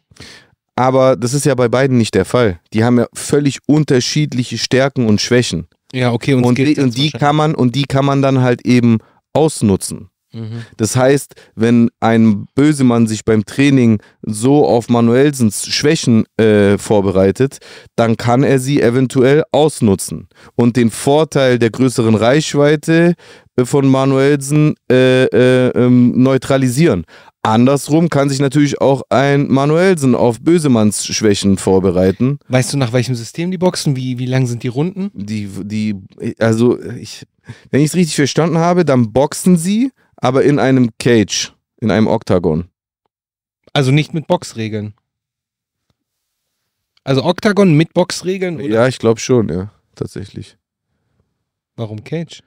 C: Aber das ist ja bei beiden nicht der Fall. Die haben ja völlig unterschiedliche Stärken und Schwächen.
B: Ja, okay. uns
C: Und,
B: geht's
C: die,
B: jetzt
C: und die
B: wahrscheinlich-
C: kann man und die kann man dann halt eben ausnutzen.
B: Mhm.
C: Das heißt, wenn ein Bösemann sich beim Training so auf Manuelsens Schwächen äh, vorbereitet, dann kann er sie eventuell ausnutzen und den Vorteil der größeren Reichweite äh, von Manuelsen äh, äh, ähm, neutralisieren. Andersrum kann sich natürlich auch ein Manuelsen auf Bösemanns Schwächen vorbereiten.
B: Weißt du, nach welchem System die boxen? Wie, wie lang sind die Runden?
C: Die, die, also ich, wenn ich es richtig verstanden habe, dann boxen sie, aber in einem Cage, in einem Oktagon.
B: Also nicht mit Boxregeln. Also Octagon mit Boxregeln oder
C: Ja, ich glaube schon, ja, tatsächlich.
B: warum Cage?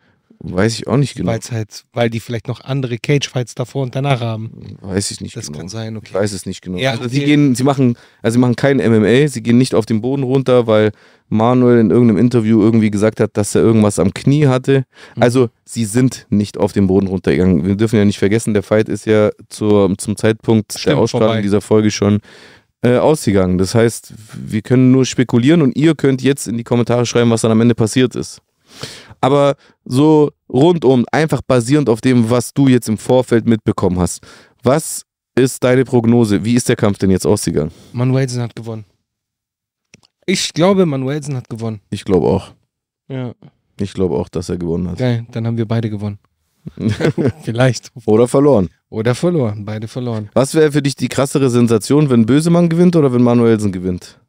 C: Weiß ich auch nicht genau.
B: Weil es halt, weil die vielleicht noch andere Cage-Fights davor und danach haben.
C: Weiß ich nicht
B: Das
C: genau.
B: kann sein,
C: Ich
B: okay.
C: weiß es nicht genau.
B: Ja,
C: also
B: okay.
C: sie gehen, sie machen, also sie machen kein MMA, sie gehen nicht auf den Boden runter, weil Manuel in irgendeinem Interview irgendwie gesagt hat, dass er irgendwas am Knie hatte.
B: Mhm.
C: Also sie sind nicht auf den Boden runtergegangen. Wir dürfen ja nicht vergessen, der Fight ist ja zur, zum Zeitpunkt
B: Stimmt,
C: der Ausstrahlung
B: vorbei.
C: dieser Folge schon äh, ausgegangen. Das heißt, wir können nur spekulieren und ihr könnt jetzt in die Kommentare schreiben, was dann am Ende passiert ist. Aber so rundum, einfach basierend auf dem, was du jetzt im Vorfeld mitbekommen hast, was ist deine Prognose? Wie ist der Kampf denn jetzt ausgegangen?
B: Manuelsen hat gewonnen. Ich glaube, Manuelsen hat gewonnen.
C: Ich glaube auch.
B: Ja.
C: Ich glaube auch, dass er gewonnen hat.
B: Geil, dann haben wir beide gewonnen. Vielleicht.
C: Oder verloren.
B: Oder verloren. Beide verloren.
C: Was wäre für dich die krassere Sensation, wenn Bösemann gewinnt oder wenn Manuelsen gewinnt?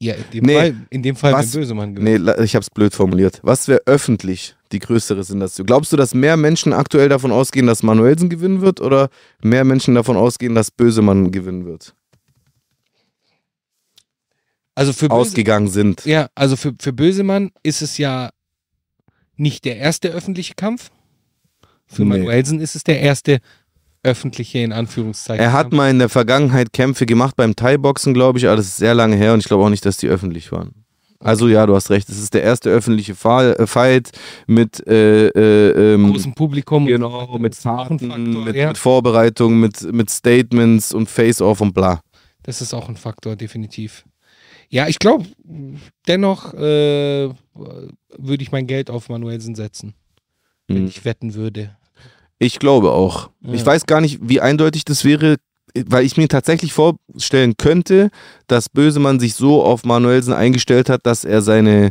B: Ja, in dem
C: Nee.
B: Fall, in dem Fall
C: Was?
B: wenn Bösemann gewinnt.
C: Nee, la- ich hab's blöd formuliert. Was wäre öffentlich die größere Sensation? Glaubst du, dass mehr Menschen aktuell davon ausgehen, dass Manuelsen gewinnen wird oder mehr Menschen davon ausgehen, dass Bösemann gewinnen wird?
B: Also für Böse,
C: Ausgegangen sind.
B: Ja, also für, für Bösemann ist es ja nicht der erste öffentliche Kampf. Für
C: Nee.
B: Manuelsen ist es der erste öffentliche, in Anführungszeichen.
C: Er hat
B: Kampf.
C: mal in der Vergangenheit Kämpfe gemacht beim Thai-Boxen, glaube ich, aber das ist sehr lange her und ich glaube auch nicht, dass die öffentlich waren. Also ja, du hast recht. Es ist der erste öffentliche Fall, äh, Fight mit äh, äh, ähm,
B: großem Publikum.
C: Genau, mit
B: Faktor,
C: Taten, mit,
B: ja.
C: mit Vorbereitung, mit, mit Statements und Face-Off und bla.
B: Das ist auch ein Faktor, definitiv. Ja, ich glaube, dennoch äh, würde ich mein Geld auf Manuelsen setzen, wenn
C: Hm.
B: ich wetten würde.
C: Ich glaube auch. Ich
B: Ja.
C: weiß gar nicht, wie eindeutig das wäre, weil ich mir tatsächlich vorstellen könnte, dass Bösemann sich so auf Manuelsen eingestellt hat, dass er seine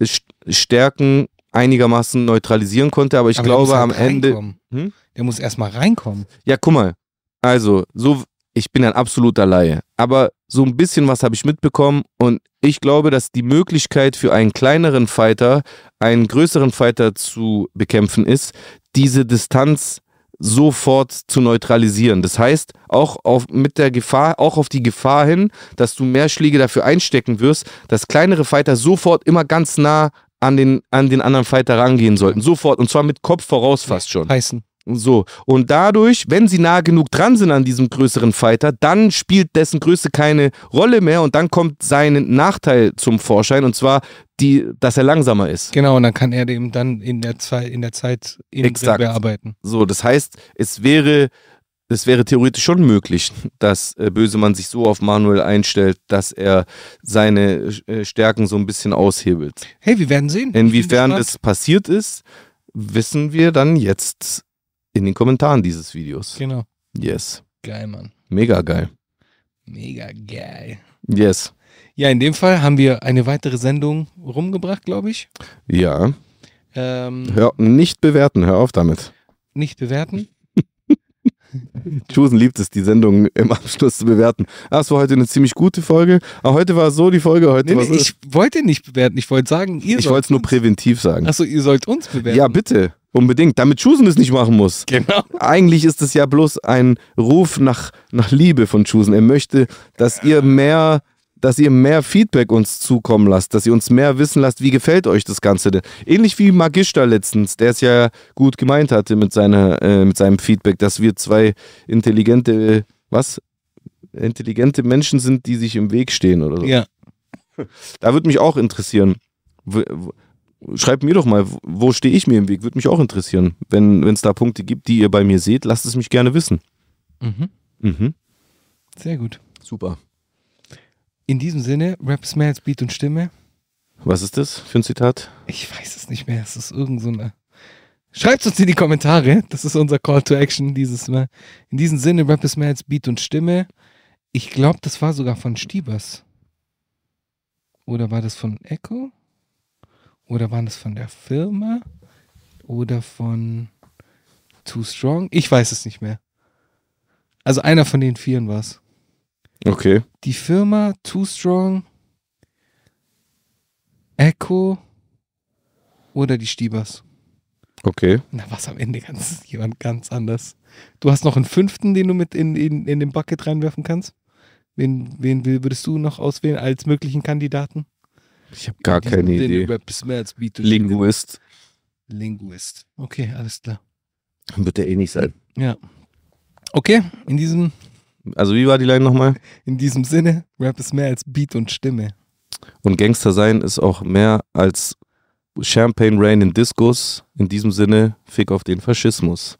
C: St- Stärken einigermaßen neutralisieren konnte. Aber ich
B: Aber der muss
C: glaube
B: halt
C: am Ende.
B: reinkommen.
C: Hm?
B: Der muss erstmal reinkommen.
C: Ja, guck mal. Also, so, ich bin ein absoluter Laie. Aber so ein bisschen was habe ich mitbekommen und ich glaube, dass die Möglichkeit für einen kleineren Fighter, einen größeren Fighter zu bekämpfen ist, diese Distanz sofort zu neutralisieren. Das heißt, auch auf, mit der Gefahr, auch auf die Gefahr hin, dass du mehr Schläge dafür einstecken wirst, dass kleinere Fighter sofort immer ganz nah an den, an den anderen Fighter rangehen sollten. Sofort. Und zwar mit Kopf voraus fast schon.
B: Heißen.
C: So, und dadurch, wenn sie nah genug dran sind an diesem größeren Fighter, dann spielt dessen Größe keine Rolle mehr und dann kommt sein Nachteil zum Vorschein und zwar, die, dass er langsamer ist.
B: Genau, und dann kann er dem dann in der Zeit, in der Zeit im
C: Exakt.
B: bearbeiten.
C: So, das heißt, es wäre, es wäre theoretisch schon möglich, dass äh, Bösemann sich so auf Manuel einstellt, dass er seine äh, Stärken so ein bisschen aushebelt.
B: Hey, wir werden sehen.
C: Inwiefern
B: Ich bin
C: das passiert ist, wissen wir dann jetzt in den Kommentaren dieses Videos.
B: gespannt. Genau.
C: Yes.
B: Geil, Mann.
C: Mega geil.
B: Mega geil.
C: Yes.
B: Ja, in dem Fall haben wir eine weitere Sendung rumgebracht, glaube ich.
C: Ja,
B: Ähm,
C: hör, nicht bewerten, hör auf damit.
B: Nicht bewerten.
C: Chusen liebt es, die Sendung im Abschluss zu bewerten. Ah, es war heute eine ziemlich gute Folge. Ah, heute war so die Folge, heute
B: Nee,
C: war
B: nee,
C: so.
B: ich wollte nicht bewerten. Ich wollte sagen, ihr
C: ich
B: sollt
C: wollte es nur
B: uns-
C: präventiv sagen.
B: Achso, ihr sollt uns bewerten.
C: Ja, bitte, unbedingt, damit Chusen es nicht machen muss.
B: genau.
C: Eigentlich ist es ja bloß ein Ruf nach, nach Liebe von Chusen. Er möchte, dass ihr mehr dass ihr mehr Feedback uns zukommen lasst, dass ihr uns mehr wissen lasst, wie gefällt euch das Ganze denn. Ähnlich wie Magister letztens, der es ja gut gemeint hatte mit, seiner, äh, mit seinem Feedback, dass wir zwei intelligente, was? Intelligente Menschen sind, die sich im Weg stehen oder so.
B: Ja.
C: Da würde mich auch interessieren. W- w- Schreibt mir doch mal, w- wo stehe ich mir im Weg? Würde mich auch interessieren. Wenn es da Punkte gibt, die ihr bei mir seht, lasst es mich gerne wissen.
B: Mhm.
C: Mhm.
B: Sehr gut.
C: Super.
B: In diesem Sinne, Rap Smells, Beat und Stimme.
C: Was ist das für ein Zitat?
B: Ich weiß es nicht mehr. Es ist irgend so eine. Schreibt uns in die Kommentare. Das ist unser Call to Action dieses Mal. In diesem Sinne, Rap ist mehr als Beat und Stimme. Ich glaube, das war sogar von Stiebers. Oder war das von Echo? Oder waren das von der Firma? Oder von Too Strong? Ich weiß es nicht mehr. Also einer von den Vieren war es.
C: Okay.
B: Die Firma Too Strong, Echo oder die Stiebers.
C: Okay.
B: Na, was am Ende ganz jemand ganz anders. Du hast noch einen fünften, den du mit in, in, in den Bucket reinwerfen kannst. Wen, wen will- würdest du noch auswählen als möglichen Kandidaten?
C: Ich habe gar
B: In diesem
C: keine
B: Sinne,
C: Idee.
B: Rap Smells, Beat und
C: Linguist.
B: Linguist. Okay, alles klar.
C: Wird der eh nicht sein.
B: Okay, in diesem,
C: Also wie war die Line nochmal?
B: in diesem Sinne, Rap ist mehr als Beat und Stimme.
C: Und Gangster sein ist auch mehr als Champagne Rain in Discos. In diesem Sinne, Fick auf den Faschismus.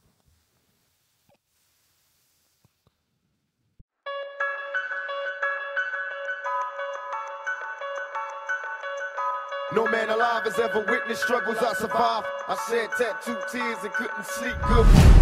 A: No man alive has ever witnessed struggles I survived. I shed tattooed tears and couldn't sleep good.